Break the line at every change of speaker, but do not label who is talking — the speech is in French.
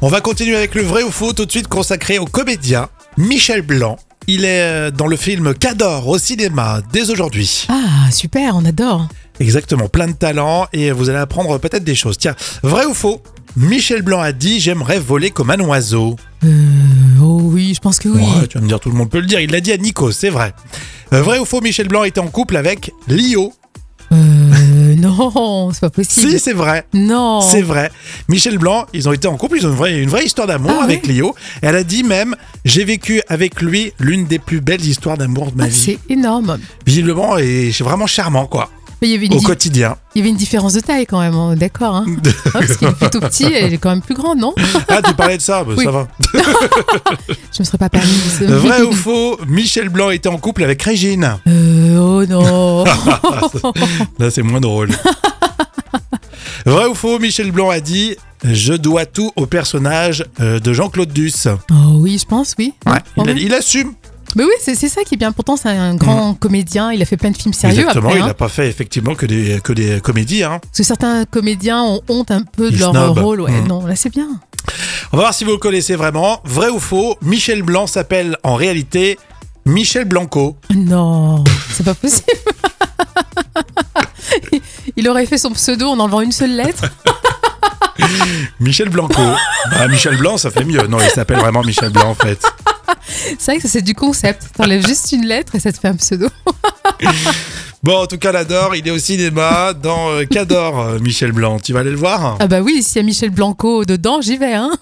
On va continuer avec le vrai ou faux, tout de suite consacré au comédien Michel Blanc. Il est euh, dans le film Cador au cinéma dès aujourd'hui.
Ah, super, on adore.
Exactement, plein de talent et vous allez apprendre peut-être des choses. Tiens, vrai ou faux Michel Blanc a dit J'aimerais voler comme un oiseau.
Euh, oh oui, je pense que oui.
Ouais, tu vas me dire, tout le monde peut le dire. Il l'a dit à Nico, c'est vrai. Euh, vrai ou faux Michel Blanc était en couple avec Lio.
Euh, non, c'est pas possible.
Si, c'est vrai.
non.
C'est vrai. Michel Blanc, ils ont été en couple, ils ont une vraie, une vraie histoire d'amour
Ah
avec Lio. Et elle a dit même J'ai vécu avec lui l'une des plus belles histoires d'amour de ma
Ah,
vie.
c'est énorme.
Visiblement, et c'est vraiment charmant, quoi.
Mais il y, avait une
Au
di-
quotidien.
il y avait une différence de taille quand même, hein, d'accord. Hein. Ah, parce qu'il est plutôt petit, elle est quand même plus grande, non
Ah, tu parlais de ça bah,
Oui.
Ça va.
Je me serais pas permise.
Vrai ou faux Michel Blanc était en couple avec Régine.
Euh, oh non.
Là, c'est moins drôle. Vrai ou faux Michel Blanc a dit Je dois tout au personnage euh, de Jean-Claude Duss.
Oh oui, je pense, oui.
Ouais,
Oh
il, a-
oui.
il assume.
Mais oui, c'est c'est ça qui est bien. Pourtant, c'est un grand comédien. Il a fait plein de films sérieux
Mm. Exactement,
après.
il
hein.
n'a pas fait effectivement que des, que des comédies. hein.
Parce que certains comédiens ont honte un peu de
Ils
leur
snobent.
rôle. Ouais,
Mhm.
non, là, c'est bien.
On va voir si vous le connaissez vraiment. Vrai ou faux, Michel Blanc s'appelle en réalité Michel Blanco.
Non, c'est pas possible. il aurait fait son pseudo en enlevant une seule lettre.
Michel Blanco. Bah, Michel Blanc, ça fait mieux. Non, il s'appelle vraiment Michel Blanc en fait.
C'est vrai que ça, c'est du concept. T'enlèves juste une lettre et ça te fait un pseudo.
Bon, en tout cas, l'adore. Il est au cinéma dans euh, Cador, euh, Michel Blanc. Tu vas aller le voir
Ah bah oui, s'il y a Michel Blanco dedans, j'y vais. Hein.